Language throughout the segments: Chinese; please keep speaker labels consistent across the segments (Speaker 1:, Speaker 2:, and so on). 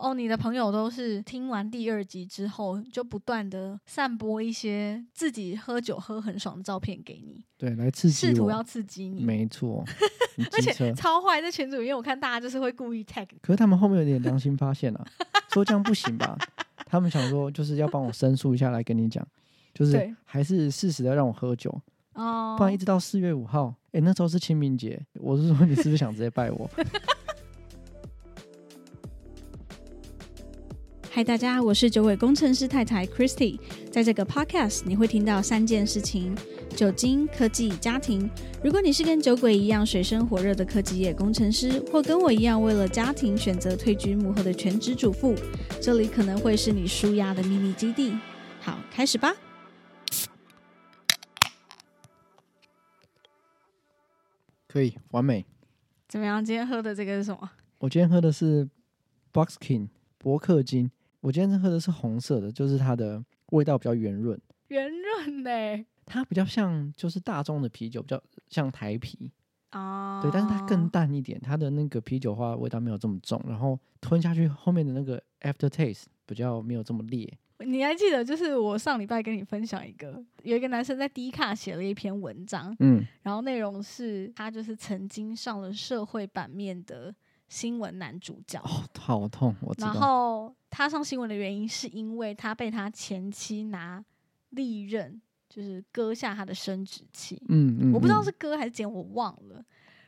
Speaker 1: 哦，你的朋友都是听完第二集之后，就不断的散播一些自己喝酒喝很爽的照片给你，
Speaker 2: 对，来刺激
Speaker 1: 试图
Speaker 2: 我，
Speaker 1: 要刺激你。
Speaker 2: 没 错，很
Speaker 1: 而
Speaker 2: 机
Speaker 1: 且
Speaker 2: 车。
Speaker 1: 超坏，在群组里面我看大家就是会故意 tag 你
Speaker 2: 可是他们后面有点良心发现啊，说这样不行吧？他们想说就是要帮我申诉一下，来跟你讲，就是
Speaker 1: 对
Speaker 2: 还是适时的让我喝酒，
Speaker 1: 哦，
Speaker 2: 不然一直到四月五号，哎、那时候是清明节，我是说你是不是想直接拜我？
Speaker 3: 嗨，大家，我是酒鬼工程师太太 Christy。在这个 podcast，你会听到三件事情：酒精、科技、家庭。如果你是跟酒鬼一样水深火热的科技业工程师，或跟我一样为了家庭选择退居幕后的全职主妇，这里可能会是你舒压的秘密基地。好，开始吧。
Speaker 2: 可以，完美。
Speaker 1: 怎么样？今天喝的这个是什么？
Speaker 2: 我今天喝的是 Box King 伯克金，我今天喝的是红色的，就是它的味道比较圆润，
Speaker 1: 圆润嘞
Speaker 2: 它比较像就是大众的啤酒，比较像台啤，
Speaker 1: 啊！
Speaker 2: 对，但是它更淡一点，它的那个啤酒花味道没有这么重，然后吞下去后面的那个 after taste 比较没有这么烈，
Speaker 1: 你还记得，就是我上礼拜跟你分享一个，有一个男生在 D 卡写了一篇文章，
Speaker 2: 嗯，
Speaker 1: 然后内容是他就是曾经上了社会版面的新闻男主角，
Speaker 2: 哦，好痛，我知
Speaker 1: 然
Speaker 2: 道，
Speaker 1: 后他上新闻的原因是因为他被他前妻拿利刃就是割下他的生殖器，
Speaker 2: 嗯嗯，
Speaker 1: 我不知道
Speaker 2: 嗯
Speaker 1: 是割还是剪，我忘了。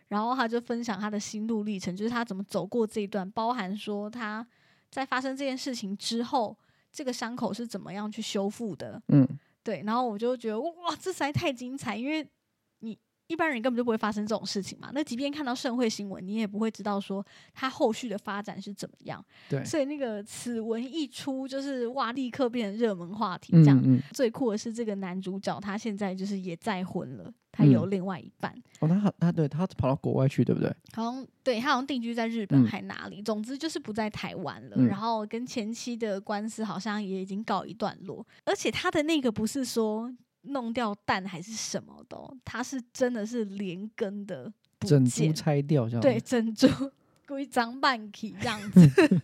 Speaker 1: 然后他就分享他的心路历程，就是他怎么走过这一段，包含说他在发生这件事情之后，这个伤口是怎么样去修复的。
Speaker 2: 嗯，
Speaker 1: 对，然后我就觉得哇，这实在太精彩，因为你一般人根本就不会发生这种事情嘛。那即便看到社会新闻，你也不会知道说他后续的发展是怎么样。
Speaker 2: 对，
Speaker 1: 所以那个此文一出，就是哇，立刻变成热门话题
Speaker 2: 嗯
Speaker 1: 这样。
Speaker 2: 嗯，
Speaker 1: 最酷的是，这个男主角他现在就是也再婚了，他有
Speaker 2: 嗯
Speaker 1: 另外一半，
Speaker 2: 哦，他好，他对他跑到国外去，对不对？
Speaker 1: 好像对他好像定居在日本
Speaker 2: 嗯
Speaker 1: 还哪里，总之就是不在台湾了。
Speaker 2: 嗯
Speaker 1: 然后跟前妻的官司好像也已经告一段落，而且他的那个不是说弄掉蛋还是什么的哦，他是真的是连根的不
Speaker 2: 整株
Speaker 1: 见，
Speaker 2: 拆掉这样，
Speaker 1: 对，珍珠。 故意张半体这样子，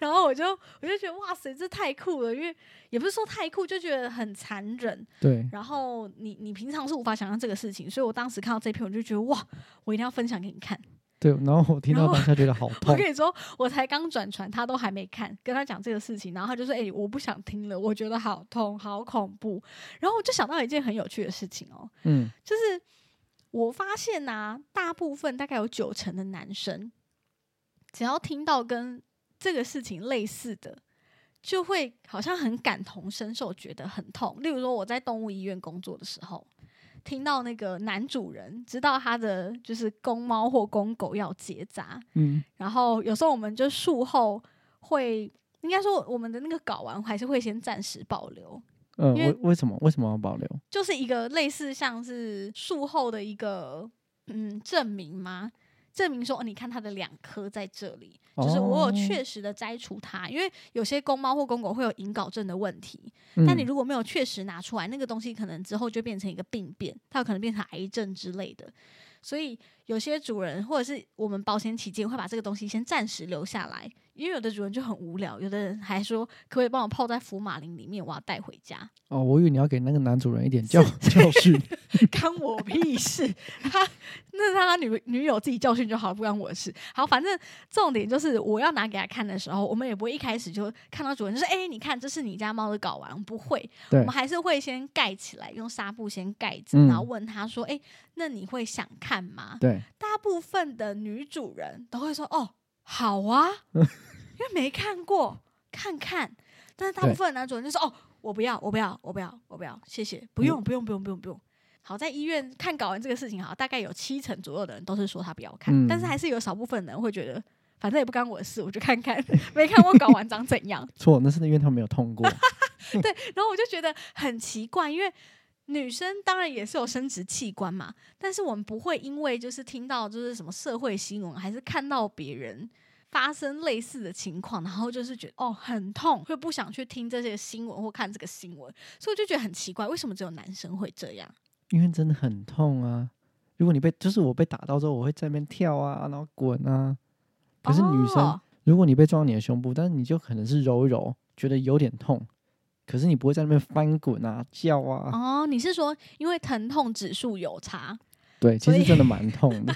Speaker 1: 然后我就我就觉得哇塞，这太酷了！因为也不是说太酷，就觉得很残忍，
Speaker 2: 对，
Speaker 1: 然后你你平常是无法想象这个事情，所以我当时看到这篇，我就觉得哇，我一定要分享给你看。
Speaker 2: 对，然后我听
Speaker 1: 然
Speaker 2: 到
Speaker 1: 后
Speaker 2: 当下觉得好
Speaker 1: 我
Speaker 2: 痛，
Speaker 1: 跟你说，我才刚转传，他都还没看，跟他讲这个事情，然后他就说：“哎、我不想听了，我觉得好痛，好恐怖。”然后我就想到一件很有趣的事情哦，
Speaker 2: 嗯，
Speaker 1: 就是我发现呐、大部分大概有九成的男生，只要听到跟这个事情类似的，就会好像很感同身受，觉得很痛。例如说，我在动物医院工作的时候，听到那个男主人知道他的就是公猫或公狗要结扎，
Speaker 2: 嗯，
Speaker 1: 然后有时候我们就术后会。应该说，我们的那个睾丸还是会先暂时保留，
Speaker 2: 呃，
Speaker 1: 因为
Speaker 2: 为为什么为什么要保留？
Speaker 1: 就是一个类似像是术后的一个嗯证明吗？证明说，哦，你看它的两颗在这里，就是我有
Speaker 2: 哦
Speaker 1: 确实的摘除它，因为有些公猫或公狗会有引睾症的问题，
Speaker 2: 嗯
Speaker 1: 但你如果没有确实拿出来，那个东西可能之后就变成一个病变，它有可能变成癌症之类的。所以有些主人或者是我们保险起见，会把这个东西先暂时留下来，因为有的主人就很无聊，有的人还说可不可以帮我泡在福马林里面，我要带回家。
Speaker 2: 哦，我以为你要给那个男主人一点教 教训，
Speaker 1: 干我屁事！ 他那让他女女友自己教训就好，不关我的事。好，反正重点就是我要拿给他看的时候，我们也不会一开始就看到主人就说：“哎、你看，这是你家猫的睾丸。”不会， 我
Speaker 2: 对
Speaker 1: 们，还是会先盖起来，用纱布先盖着，
Speaker 2: 嗯
Speaker 1: 然后问他说：“哎、那你会想看吗
Speaker 2: 对，？”
Speaker 1: 大部分的女主人都会说：“哦，好 啊，因为没看过，看看。”但是大部
Speaker 2: 对
Speaker 1: 分的男主人就说：“哦，我不要，我不要，我不要，我不要，谢谢，不
Speaker 2: 嗯
Speaker 1: 用，不用，不用，不用，不用。”好，在医院看睾丸这个事情，好，大概有七成左右的人都是说他不要看，但是
Speaker 2: 嗯
Speaker 1: 还是有少部分人会觉得，反正也不干我的事，我就看看，没看过睾丸长怎样。
Speaker 2: 错，那是因为他没有痛过，
Speaker 1: 然后我就觉得很奇怪，因为女生当然也是有生殖器官嘛，但是我们不会因为就是听到就是什么社会新闻，还是看到别人发生类似的情况，然后就是觉得哦很痛，会不想去听这些新闻或看这个新闻，所以我就觉得很奇怪，为什么只有男生会这样？
Speaker 2: 因为真的很痛啊。如果你被就是我被打到之后，我会在那边跳啊，然后滚啊。可是女生、
Speaker 1: 哦
Speaker 2: 如果你被撞到你的胸部，但是你就可能是揉一揉，觉得有点痛，可是你不会在那边翻滚啊、叫啊。
Speaker 1: 哦，你是说因为疼痛指数有 差
Speaker 2: 对，其
Speaker 1: 所
Speaker 2: 实
Speaker 1: 以
Speaker 2: 真的蛮 痛的。。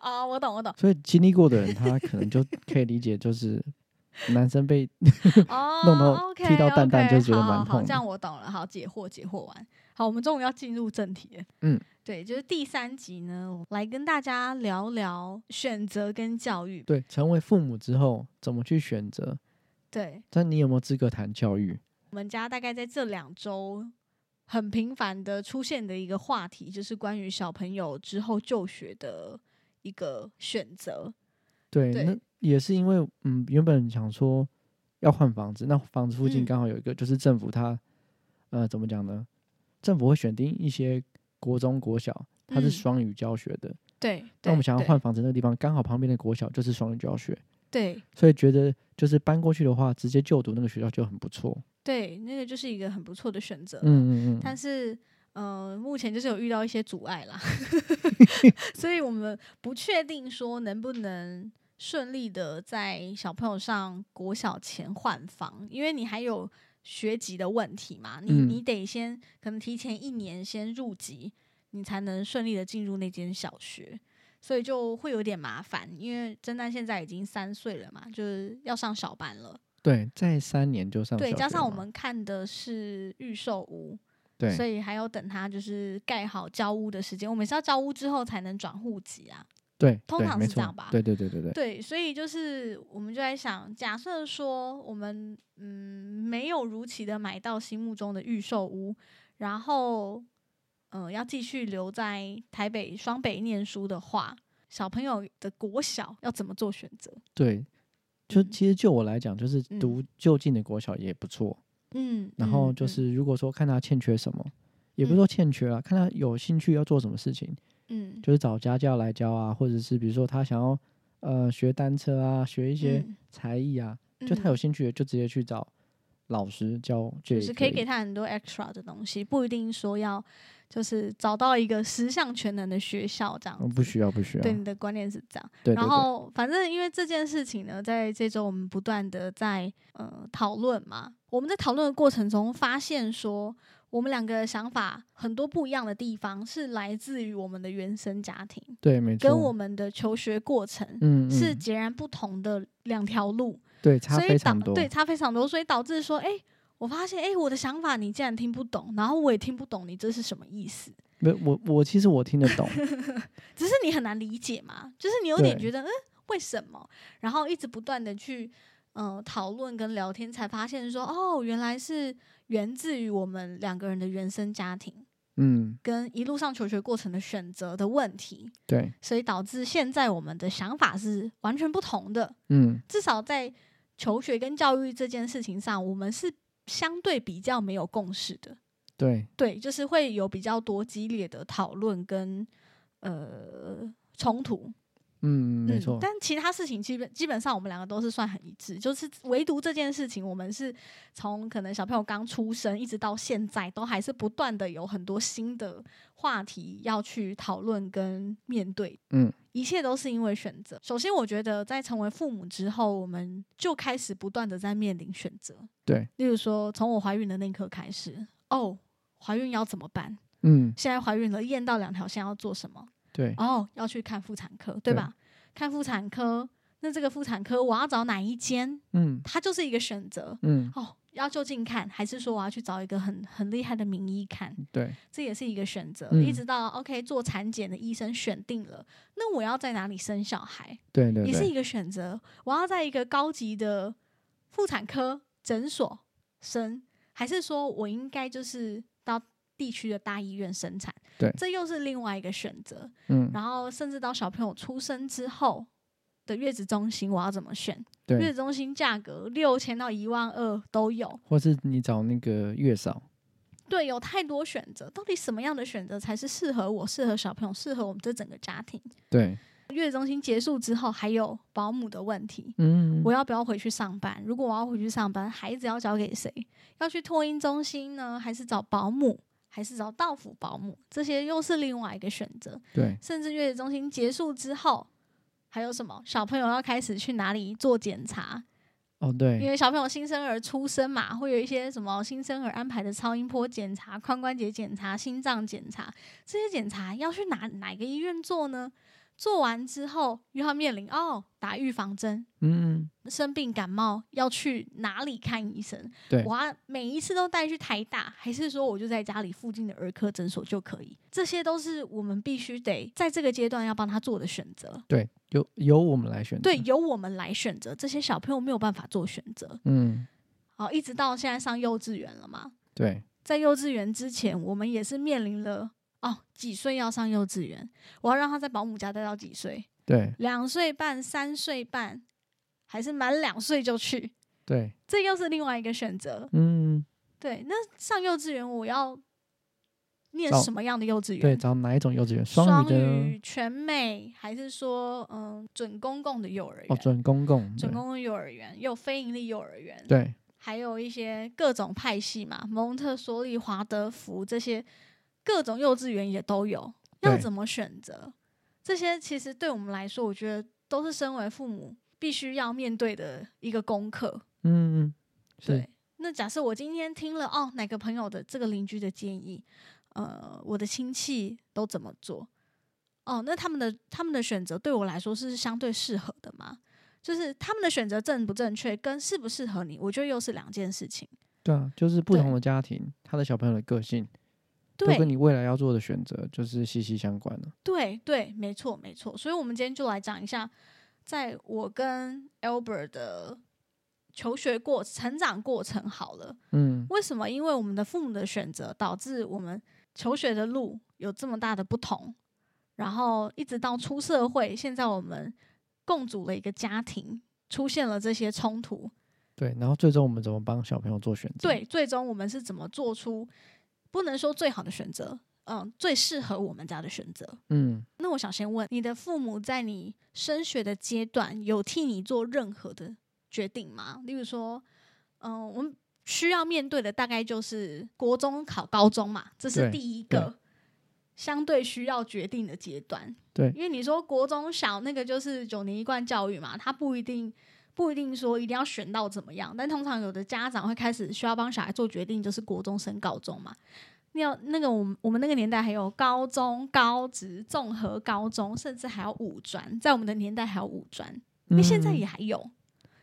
Speaker 1: 啊、我懂，我懂
Speaker 2: 所以经历过的人，他可能就可以理解，就是男生被
Speaker 1: 哦，
Speaker 2: 弄到
Speaker 1: OK，
Speaker 2: 踢到蛋蛋
Speaker 1: OK，
Speaker 2: 就觉得
Speaker 1: 好
Speaker 2: 蛮
Speaker 1: 好
Speaker 2: 痛
Speaker 1: 这
Speaker 2: 的
Speaker 1: 样我懂了，好解惑解惑完。好，我们终于要进入正题了。
Speaker 2: 嗯，
Speaker 1: 对，就是第三集呢，我来跟大家聊聊选择跟教育。
Speaker 2: 对成为父母之后怎么去选择，
Speaker 1: 对
Speaker 2: 但你有没有资格谈教育？
Speaker 1: 我们家大概在这两周很频繁的出现的一个话题，就是关于小朋友之后就学的一个选择。
Speaker 2: 对，
Speaker 1: 对
Speaker 2: 那也是因为嗯，原本想说要换房子，那房子附
Speaker 1: 嗯
Speaker 2: 近刚好有一个，就是政府它呃怎么讲呢？政府会选定一些国中、国小，它是
Speaker 1: 嗯
Speaker 2: 双语教学的。
Speaker 1: 对，
Speaker 2: 那、我们想要
Speaker 1: 对
Speaker 2: 换，房子那个地方，刚好旁边的国小就是双语教学，
Speaker 1: 对
Speaker 2: 所以觉得就是搬过去的话，直接就读那个学校就很不错。
Speaker 1: 对，那个就是一个很不错的选择。
Speaker 2: 嗯嗯嗯，
Speaker 1: 但是呃，目前就是有遇到一些阻碍 啦，所以我们不确定说能不能顺利的在小朋友上国小前换房，因为你还有学籍的问题嘛，你
Speaker 2: 嗯
Speaker 1: 你得先可能提前一年先入籍，你才能顺利的进入那间小学。所以就会有点麻烦，因为珍丹现在已经三岁了嘛，就是要上小班了。
Speaker 2: 对，在三年就上
Speaker 1: 对，
Speaker 2: 小
Speaker 1: 加
Speaker 2: 学
Speaker 1: 上我
Speaker 2: 嘛
Speaker 1: 们看的是预售屋，
Speaker 2: 对
Speaker 1: 所以还要等他就是盖好交屋的时间，我们是要交屋之后才能转户籍啊。
Speaker 2: 对
Speaker 1: 通
Speaker 2: 对
Speaker 1: 常
Speaker 2: 没
Speaker 1: 是这
Speaker 2: 错
Speaker 1: 样吧
Speaker 2: 对对对对对，
Speaker 1: 对，所以就是我们就在想，假设说我们嗯没有如期的买到心目中的预售屋，然后嗯、呃要继续留在台北双北念书的话，小朋友的国小要怎么做选择？
Speaker 2: 对，就
Speaker 1: 嗯
Speaker 2: 其实就我来讲，就是
Speaker 1: 嗯
Speaker 2: 读就近的国小也不错。
Speaker 1: 嗯，
Speaker 2: 然后
Speaker 1: 嗯
Speaker 2: 就
Speaker 1: 嗯
Speaker 2: 是如果说看他欠缺什么，也不是
Speaker 1: 嗯
Speaker 2: 说欠缺啊，看他有兴趣要做什么事情，
Speaker 1: 嗯，
Speaker 2: 就是找家教来教啊，或者是比如说他想要呃学单车啊，学一些
Speaker 1: 嗯
Speaker 2: 才艺啊，就他有
Speaker 1: 嗯
Speaker 2: 兴趣的就直接去找老师教，这
Speaker 1: 就
Speaker 2: 也
Speaker 1: 是可以给
Speaker 2: 他
Speaker 1: 他很多 extra 的东西，不一定说要就是找到一个十项全能的学校这样子。
Speaker 2: 哦嗯不需要不需要，
Speaker 1: 对你的观念是这样。
Speaker 2: 对对
Speaker 1: 然
Speaker 2: 对，
Speaker 1: 后反正因为这件事情呢，在这周我们不断的在呃讨论嘛，我们在讨论的过程中发现说，我们两个的想法很多不一样的地方是来自于我们的原生家庭，
Speaker 2: 对没错，
Speaker 1: 跟我们的求学过程。
Speaker 2: 嗯
Speaker 1: 是
Speaker 2: 嗯
Speaker 1: 截然不同的两条路，
Speaker 2: 对差
Speaker 1: 所以
Speaker 2: 非
Speaker 1: 导
Speaker 2: 常多，
Speaker 1: 对差非常多，所以导致说，哎、我发现，哎、我的想法你竟然听不懂，然后我也听不懂你这是什么意思。
Speaker 2: 没我我其实我听得 懂，
Speaker 1: 只是你很难理解嘛，就是你有点
Speaker 2: 对
Speaker 1: 觉得，嗯，为什么？然后一直不断的去，嗯、讨论跟聊天，才发现说，哦，原来是源自于我们两个人的原生家庭
Speaker 2: 嗯
Speaker 1: 跟一路上求学过程的选择的问题，
Speaker 2: 对
Speaker 1: 所以导致现在我们的想法是完全不同的。
Speaker 2: 嗯
Speaker 1: 至少在求学跟教育这件事情上，我们是相对比较没有共识的。
Speaker 2: 对
Speaker 1: 对，就是会有比较多激烈的讨论跟呃冲突。
Speaker 2: 嗯没
Speaker 1: 嗯
Speaker 2: 错，
Speaker 1: 但其他事情基本基本上我们两个都是算很一致，就是唯独这件事情，我们是从可能小朋友刚出生一直到现在，都还是不断的有很多新的话题要去讨论跟面对。
Speaker 2: 嗯，
Speaker 1: 一切都是因为选择。首先，我觉得在成为父母之后，我们就开始不断的在面临选择。
Speaker 2: 对，
Speaker 1: 例如说，从我怀孕的那一刻开始，哦，怀孕要怎么办？
Speaker 2: 嗯
Speaker 1: 现在怀孕了，验到两条线要做什么？
Speaker 2: 对
Speaker 1: 哦，要去看妇产科，对
Speaker 2: 对
Speaker 1: 吧？看妇产科，那这个妇产科我要找哪一间？
Speaker 2: 嗯
Speaker 1: 它就是一个选择
Speaker 2: 嗯
Speaker 1: 哦，要就近看，还是说我要去找一个很很厉害的名医看？
Speaker 2: 对
Speaker 1: 这也是一个选择。
Speaker 2: 嗯
Speaker 1: 一直到 OK 做产检的医生选定了，那我要在哪里生小孩，
Speaker 2: 对对
Speaker 1: 也是
Speaker 2: 对
Speaker 1: 一个选择。我要在一个高级的妇产科诊所生，还是说我应该就是到地区的大医院生产？
Speaker 2: 对
Speaker 1: 这又是另外一个选择。
Speaker 2: 嗯
Speaker 1: 然后甚至到小朋友出生之后的月子中心，我要怎么选？月
Speaker 2: 对，
Speaker 1: 子中心价格六千到一万二都有，
Speaker 2: 或是你找那个月嫂。
Speaker 1: 对，有太多选择。到底什么样的选择才是适合我、适合小朋友、适合我们这整个家庭？
Speaker 2: 对，
Speaker 1: 月子中心结束之后，还有保姆的问题。
Speaker 2: 嗯
Speaker 1: 我要不要回去上班？如果我要回去上班，孩子要交给谁？要去托婴中心呢，还是找保姆，还是找到府保姆？这些又是另外一个选择。
Speaker 2: 对
Speaker 1: 甚至月子中心结束之后，还有什么小朋友要开始去哪里做检查，
Speaker 2: 哦，
Speaker 1: 因
Speaker 2: 对，
Speaker 1: 为小朋友新生儿出生嘛，会有一些什么新生儿安排的超音波检查、髋关节检查、心脏检查，这些检查要去哪哪个医院做呢？做完之后又要面临哦打预防针，
Speaker 2: 嗯，
Speaker 1: 生病感冒要去哪里看医生？
Speaker 2: 对
Speaker 1: 我要每一次都带去台大，还是说我就在家里附近的儿科诊所就可以？这些都是我们必须得在这个阶段要帮他做的选择。
Speaker 2: 对，由由我们来选择。
Speaker 1: 对，，由我们来选择，这些小朋友没有办法做选择。
Speaker 2: 嗯，
Speaker 1: 好，一直到现在上幼稚园了嘛，
Speaker 2: 对，
Speaker 1: 在幼稚园之前，我们也是面临了哦，几岁要上幼稚园？我要让他在保姆家待到几岁？
Speaker 2: 对，
Speaker 1: 两岁半、三岁半，还是满两岁就去？
Speaker 2: 对，
Speaker 1: 这又是另外一个选择。
Speaker 2: 嗯，
Speaker 1: 对，那上幼稚园我要念
Speaker 2: 找
Speaker 1: 什么样的幼稚园？
Speaker 2: 对，找哪一种幼稚园？双语的呢，
Speaker 1: 全美，还是说嗯准公共的幼儿园？
Speaker 2: 哦，准公共，
Speaker 1: 准
Speaker 2: 对
Speaker 1: 公共幼儿园，也有非营利幼儿园，
Speaker 2: 对，
Speaker 1: 还有一些各种派系嘛，蒙特梭利、华德福这些各种幼稚园也都有，要
Speaker 2: 对
Speaker 1: 怎么选择？这些其实对我们来说，我觉得都是身为父母必须要面对的一个功课。
Speaker 2: 嗯，是
Speaker 1: 对，那假设我今天听了哦哪个朋友的这个邻居的建议，呃，我的亲戚都怎么做？哦，那他们的他们的选择对我来说是相对适合的吗？就是他们的选择正不正确，跟适不适合你，我觉得又是两件事情。
Speaker 2: 对啊，就是不同
Speaker 1: 对
Speaker 2: 的家庭，他的小朋友的个性都
Speaker 1: 对
Speaker 2: 跟你未来要做的选择就是息息相关的。
Speaker 1: 对对，没错没错。所以，我们今天就来讲一下，在我跟 Albert 的求学过成长过程好了。
Speaker 2: 嗯，
Speaker 1: 为什么？因为我们的父母的选择，导致我们求学的路有这么大的不同，然后一直到出社会，现在我们共组了一个家庭，出现了这些冲突。
Speaker 2: 对，然后最终我们怎么帮小朋友做选择？
Speaker 1: 对，最终我们是怎么做出不能说最好的选择，嗯，最适合我们家的选择。
Speaker 2: 嗯，
Speaker 1: 那我想先问，你的父母在你升学的阶段有替你做任何的决定吗？例如说，嗯、我们需要面对的大概就是国中考高中嘛，这是
Speaker 2: 对
Speaker 1: 第一
Speaker 2: 对
Speaker 1: 个相对需要决定的阶段。
Speaker 2: 对
Speaker 1: 因为你说国中小那个就是九年一贯教育嘛，他不一定。不一定说一定要选到怎么样，但通常有的家长会开始需要帮小孩做决定，就是国中升高中嘛。那要那个我们我们那个年代还有高中、高职、综合高中，甚至还有五专，在我们的年代还有五专，那现在
Speaker 2: 嗯
Speaker 1: 也还有，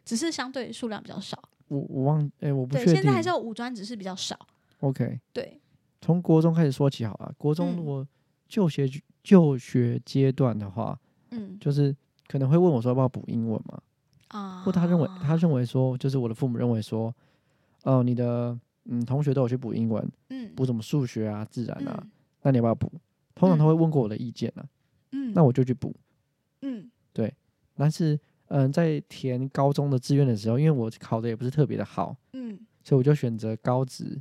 Speaker 1: 只是相对数量比较少。
Speaker 2: 我我忘哎、我不
Speaker 1: 对，
Speaker 2: 确定。
Speaker 1: 现在还是有五专，只是比较少。
Speaker 2: OK。
Speaker 1: 对，
Speaker 2: 从国中开始说起好了。国
Speaker 1: 嗯
Speaker 2: 中如果就学就学阶段的话，
Speaker 1: 嗯
Speaker 2: 就是可能会问我说要不要补英文嘛，
Speaker 1: 啊，
Speaker 2: 或他认为他认为说，就是我的父母认为说，哦、你的嗯同学都有去补英文，
Speaker 1: 嗯
Speaker 2: 补什么数学啊、自然啊，
Speaker 1: 嗯
Speaker 2: 那你要不要补？通常
Speaker 1: 嗯
Speaker 2: 他会问过我的意见啊，
Speaker 1: 嗯，
Speaker 2: 那我就去补。
Speaker 1: 嗯
Speaker 2: 但是嗯，在填高中的志愿的时候，因为我考的也不是特别的好，
Speaker 1: 嗯
Speaker 2: 所以我就选择高职。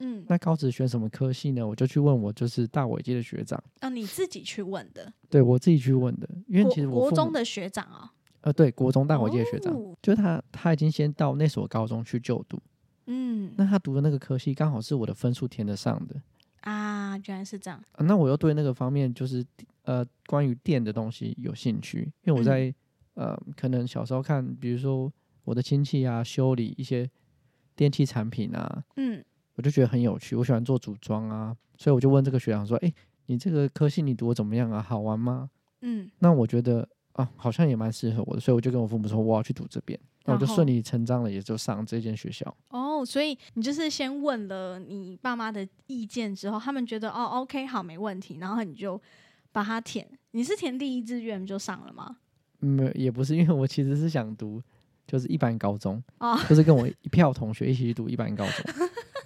Speaker 1: 嗯，
Speaker 2: 那高职选什么科系呢？我就去问我就是大我一届的学长，
Speaker 1: 啊，你自己去问的，
Speaker 2: 对我自己去问的，因为
Speaker 1: 国
Speaker 2: 其实我
Speaker 1: 国
Speaker 2: 父
Speaker 1: 中
Speaker 2: 母
Speaker 1: 的学长啊，
Speaker 2: 呃对国中大我一届的学长，
Speaker 1: 哦
Speaker 2: 就是他他已经先到那所高中去就读，
Speaker 1: 嗯
Speaker 2: 那他读的那个科系刚好是我的分数填得上的，
Speaker 1: 啊，原来是这样，
Speaker 2: 啊那我又对那个方面就是呃关于电的东西有兴趣，因为我在、
Speaker 1: 嗯
Speaker 2: 呃可能小时候看，比如说我的亲戚啊修理一些电器产品啊，
Speaker 1: 嗯
Speaker 2: 我就觉得很有趣，我喜欢做组装啊，所以我就问这个学长说，哎、你这个科系你读的怎么样啊？好玩吗？
Speaker 1: 嗯
Speaker 2: 那我觉得啊好像也蛮适合我的，所以我就跟我父母说我要去读这边，那我就
Speaker 1: 然后
Speaker 2: 顺理成章的也就上这间学校。
Speaker 1: 哦，所以你就是先问了你爸妈的意见之后，他们觉得哦，OK，好，没问题，然后你就把它填。你是填第一志愿就上了吗？
Speaker 2: 嗯，也不是，因为我其实是想读就是一般高中，
Speaker 1: 哦
Speaker 2: 就是跟我一票同学一起去读一般高 中，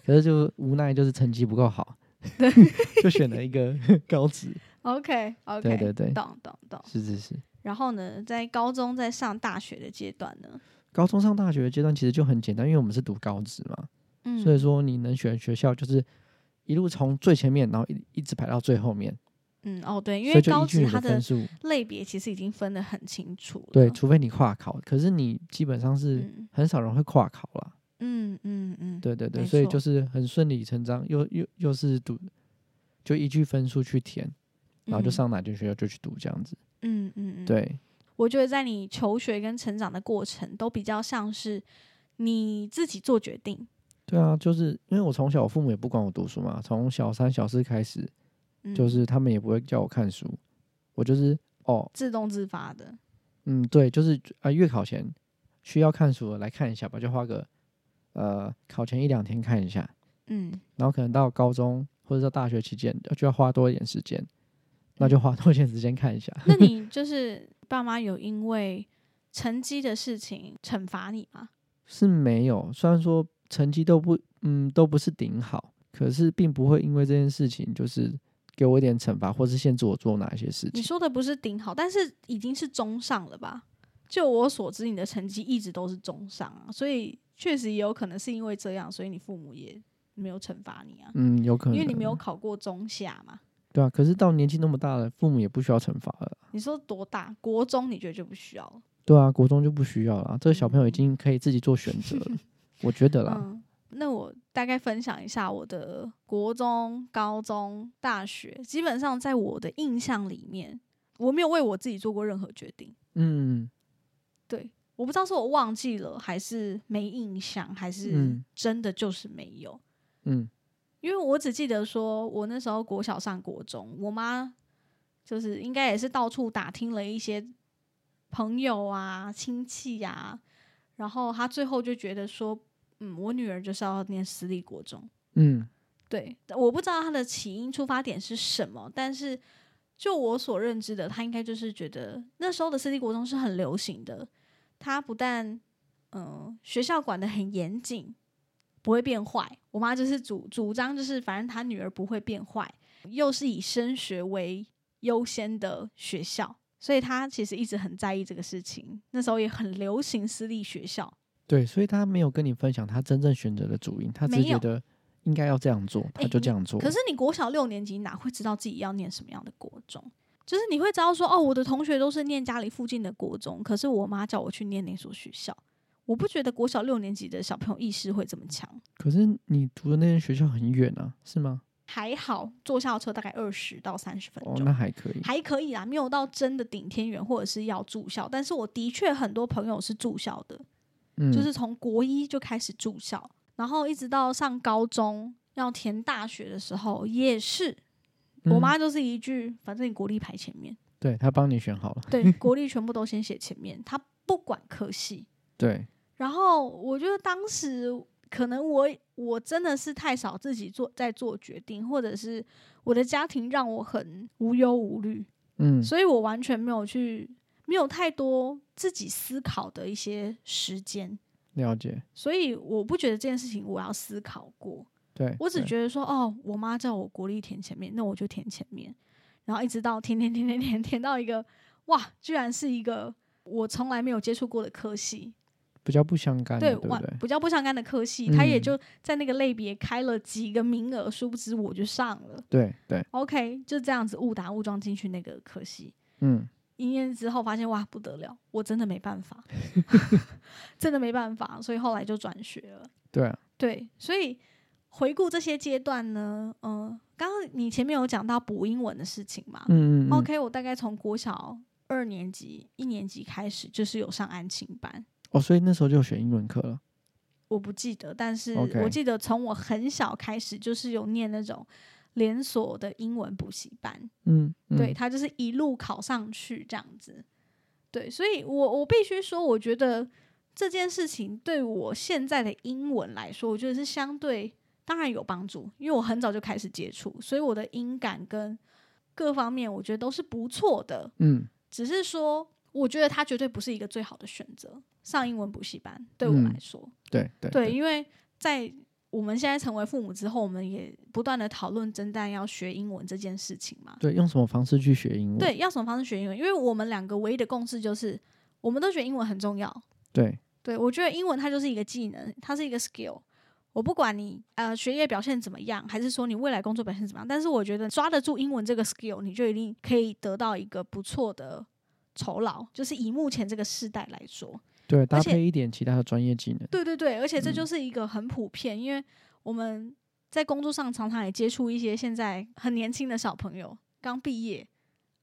Speaker 2: 可是就无奈就是成绩不够好，对，就选了 一个高职，
Speaker 1: ，OK OK，
Speaker 2: 对对对，
Speaker 1: 懂懂懂。
Speaker 2: 是是是。
Speaker 1: 然后呢，在高中在上大学的阶段呢，
Speaker 2: 高中上大学的阶段其实就很简单，因为我们是读高职嘛，
Speaker 1: 嗯，
Speaker 2: 所以说你能选学校就是一路从最前面，然后一一直排到最后面，
Speaker 1: 嗯哦对，因
Speaker 2: 所
Speaker 1: 为
Speaker 2: 以就
Speaker 1: 高
Speaker 2: 依据
Speaker 1: 职
Speaker 2: 你
Speaker 1: 它
Speaker 2: 的分
Speaker 1: 的
Speaker 2: 数，
Speaker 1: 类别其实已经分得很清楚了，
Speaker 2: 对，除非你跨考，可是你基本上是
Speaker 1: 啊嗯
Speaker 2: 很少人会跨考啦。
Speaker 1: 嗯嗯嗯，
Speaker 2: 对对对，
Speaker 1: 没
Speaker 2: 所以
Speaker 1: 错
Speaker 2: 就是很顺理成章，又又又是读，就依据分数去填，然后就
Speaker 1: 嗯
Speaker 2: 上哪间学校就去读这样子。
Speaker 1: 嗯嗯嗯，
Speaker 2: 对，
Speaker 1: 我觉得在你求学跟成长的过程，都比较像是你自己做决定。
Speaker 2: 对啊，就是因为我从小我父母也不管我读书嘛，从小三小四开始，
Speaker 1: 嗯
Speaker 2: 就是他们也不会叫我看书，我就是哦，
Speaker 1: 自动自发的，
Speaker 2: 嗯，对，就是啊、月考前需要看书了来看一下吧，就花个呃考前一两天看一下，
Speaker 1: 嗯，
Speaker 2: 然后可能到高中或者到大学期间就要花多一点时间，那
Speaker 1: 嗯
Speaker 2: 就花多一点时间看一下。
Speaker 1: 那你就是爸妈有因为成绩的事情惩罚你吗？
Speaker 2: 是没有，虽然说成绩都不，嗯，都不是顶好，可是并不会因为这件事情就是给我一点惩罚，或是限制我做哪一些事
Speaker 1: 你
Speaker 2: 情。
Speaker 1: 说的不是顶好，但是已经是中上了吧？就我所知，你的成绩一直都是中上啊，所以确实也有可能是因为这样，所以你父母也没有惩罚你啊，
Speaker 2: 嗯，有可
Speaker 1: 因为
Speaker 2: 能，
Speaker 1: 你没有考过中下嘛。
Speaker 2: 对啊。可是到年纪那么大了，父母也不需要惩罚了，
Speaker 1: 你说多大？国中你觉得就不需要了？
Speaker 2: 对啊，国中就不需要了。这个小朋友已
Speaker 1: 嗯
Speaker 2: 经可以自己做选择 了，我觉得啦，
Speaker 1: 嗯，那我大概分享一下我的国中、高中、大学，基本上在我的印象里面，我没有为我自己做过任何决定。
Speaker 2: 嗯
Speaker 1: 对，我不知道是我忘记了，还是没印象，还是
Speaker 2: 嗯
Speaker 1: 真的就是没有。
Speaker 2: 嗯
Speaker 1: 因为我只记得说，我那时候国小上国中，我妈就是应该也是到处打听了一些朋友啊、亲戚啊，然后她最后就觉得说，嗯，我女儿就是要念私立国中。
Speaker 2: 嗯
Speaker 1: 对，我不知道她的起因出发点是什么，但是就我所认知的，她应该就是觉得那时候的私立国中是很流行的，她不但嗯、呃学校管得很严谨，不会变坏。我妈就是主主张就是反正她女儿不会变坏，又是以升学为优先的学校，所以她其实一直很在意这个事情。那时候也很流行私立学校，
Speaker 2: 对，所以他没有跟你分享他真正选择的主因，他只
Speaker 1: 没
Speaker 2: 是觉
Speaker 1: 有
Speaker 2: 得应该要这样做，他
Speaker 1: 哎
Speaker 2: 就这
Speaker 1: 你
Speaker 2: 样做。
Speaker 1: 可是你国小六年级哪会知道自己要念什么样的国中？就是你会知道说，哦，我的同学都是念家里附近的国中，可是我妈叫我去念那所学校。我不觉得国小六年级的小朋友意识会这么强。
Speaker 2: 可是你读的那间学校很远啊，是吗？
Speaker 1: 还好坐校车大概二十到三十分
Speaker 2: 哦，
Speaker 1: 钟，
Speaker 2: 那还可以。
Speaker 1: 还可以啦，没有到真的顶天元或者是要住校。但是我的确很多朋友是住校的，
Speaker 2: 嗯，
Speaker 1: 就是从国一就开始住校，然后一直到上高中要填大学的时候也是。我
Speaker 2: 嗯
Speaker 1: 妈就是一句，反正你国力排前 面，
Speaker 2: 对他帮你选好了，
Speaker 1: 对，国力全部都先写前面，她不管科系。
Speaker 2: 对，
Speaker 1: 然后我觉得当时可能我我真的是太少自己做在做决定，或者是我的家庭让我很无忧无虑，
Speaker 2: 嗯，
Speaker 1: 所以我完全没有去没有太多自己思考的一些时间，
Speaker 2: 了解，
Speaker 1: 所以我不觉得这件事情我要思考过，
Speaker 2: 对，
Speaker 1: 我只
Speaker 2: 对
Speaker 1: 觉得说哦，我妈叫我国力填前面，那我就填前面，然后一直到填填填填填填到一个哇，居然是一个我从来没有接触过的科系，
Speaker 2: 比较不相干的，
Speaker 1: 对，
Speaker 2: 对不
Speaker 1: 完
Speaker 2: 对？
Speaker 1: 比较不相干的科系，他也
Speaker 2: 嗯
Speaker 1: 就在那个类别开了几个名额，殊不知我就上了。
Speaker 2: 对对，
Speaker 1: OK，就这样子误打误撞进去那个科系。
Speaker 2: 嗯，
Speaker 1: 一念之后发现哇不得了，我真的没办法， 真的没办法，所以后来就转学了。
Speaker 2: 对啊，
Speaker 1: 对，所以回顾这些阶段呢，嗯、刚刚你前面有讲到补英文的事情嘛、
Speaker 2: 嗯嗯嗯
Speaker 1: o k 我大概从国小二年级、一年级开始就是有上安亲班，
Speaker 2: 哦，所以那时候就有选英文课了，
Speaker 1: 我不记得，但是
Speaker 2: OK
Speaker 1: 我记得从我很小开始就是有念那种连锁的英文补习班，
Speaker 2: 嗯，
Speaker 1: 对
Speaker 2: 嗯，
Speaker 1: 他就是一路考上去这样子。对，所以我我必须说，我觉得这件事情对我现在的英文来说，我觉得是相对当然有帮助，因为我很早就开始接触，所以我的音感跟各方面我觉得都是不错的。
Speaker 2: 嗯，
Speaker 1: 只是说，我觉得它绝对不是一个最好的选择，上英文补习班对我
Speaker 2: 嗯
Speaker 1: 来说。
Speaker 2: 对对
Speaker 1: 对，，因为在我们现在成为父母之后，我们也不断的讨论真正要学英文这件事情嘛。
Speaker 2: 对，用什么方式去学英文？
Speaker 1: 对，要什么方式学英文？因为我们两个唯一的共识就是，我们都觉得英文很重要。
Speaker 2: 对
Speaker 1: 对我觉得英文它就是一个技能，它是一个 skill。我不管你呃学业表现怎么样，还是说你未来工作表现怎么样，但是我觉得抓得住英文这个 skill，你就一定可以得到一个不错的酬劳。就是以目前这个时代来说，
Speaker 2: 对，搭
Speaker 1: 且
Speaker 2: 配一点其他的专业技能，
Speaker 1: 对对对，而且这
Speaker 2: 嗯
Speaker 1: 就是一个很普遍，因为我们在工作上常常也接触一些现在很年轻的小朋友，刚毕业，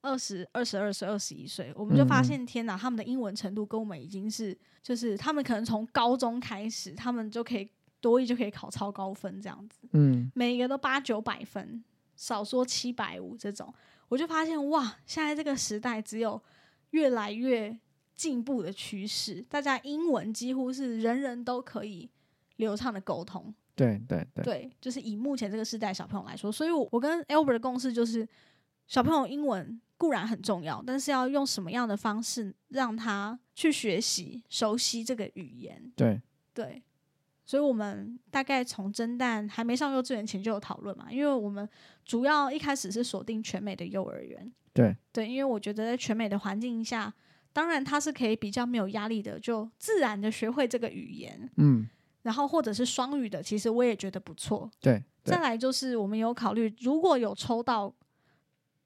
Speaker 1: 二十二、十二岁、二十一岁，我们就发
Speaker 2: 嗯嗯
Speaker 1: 现，天哪，他们的英文程度跟我们已经是，就是他们可能从高中开始，他们就可以多一就可以考超高分这样子，
Speaker 2: 嗯，
Speaker 1: 每一个都八九百分，少说七百五这种，我就发现哇，现在这个时代只有越来越进步的趋势，大家英文几乎是人人都可以流畅的沟通。
Speaker 2: 对对对，
Speaker 1: 对，就是以目前这个时代小朋友来说，所以我我跟 Albert 的共识就是，小朋友英文固然很重要，但是要用什么样的方式让他去学习、熟悉这个语言。
Speaker 2: 对，
Speaker 1: 对，所以我们大概从蒸蛋还没上幼稚园前就有讨论嘛，因为我们主要一开始是锁定全美的幼儿园。
Speaker 2: 对
Speaker 1: 对，因为我觉得在全美的环境下，当然他是可以比较没有压力的，就自然的学会这个语言，
Speaker 2: 嗯，
Speaker 1: 然后或者是双语的，其实我也觉得不错。
Speaker 2: 对对
Speaker 1: 再，来就是我们有考虑，如果有抽到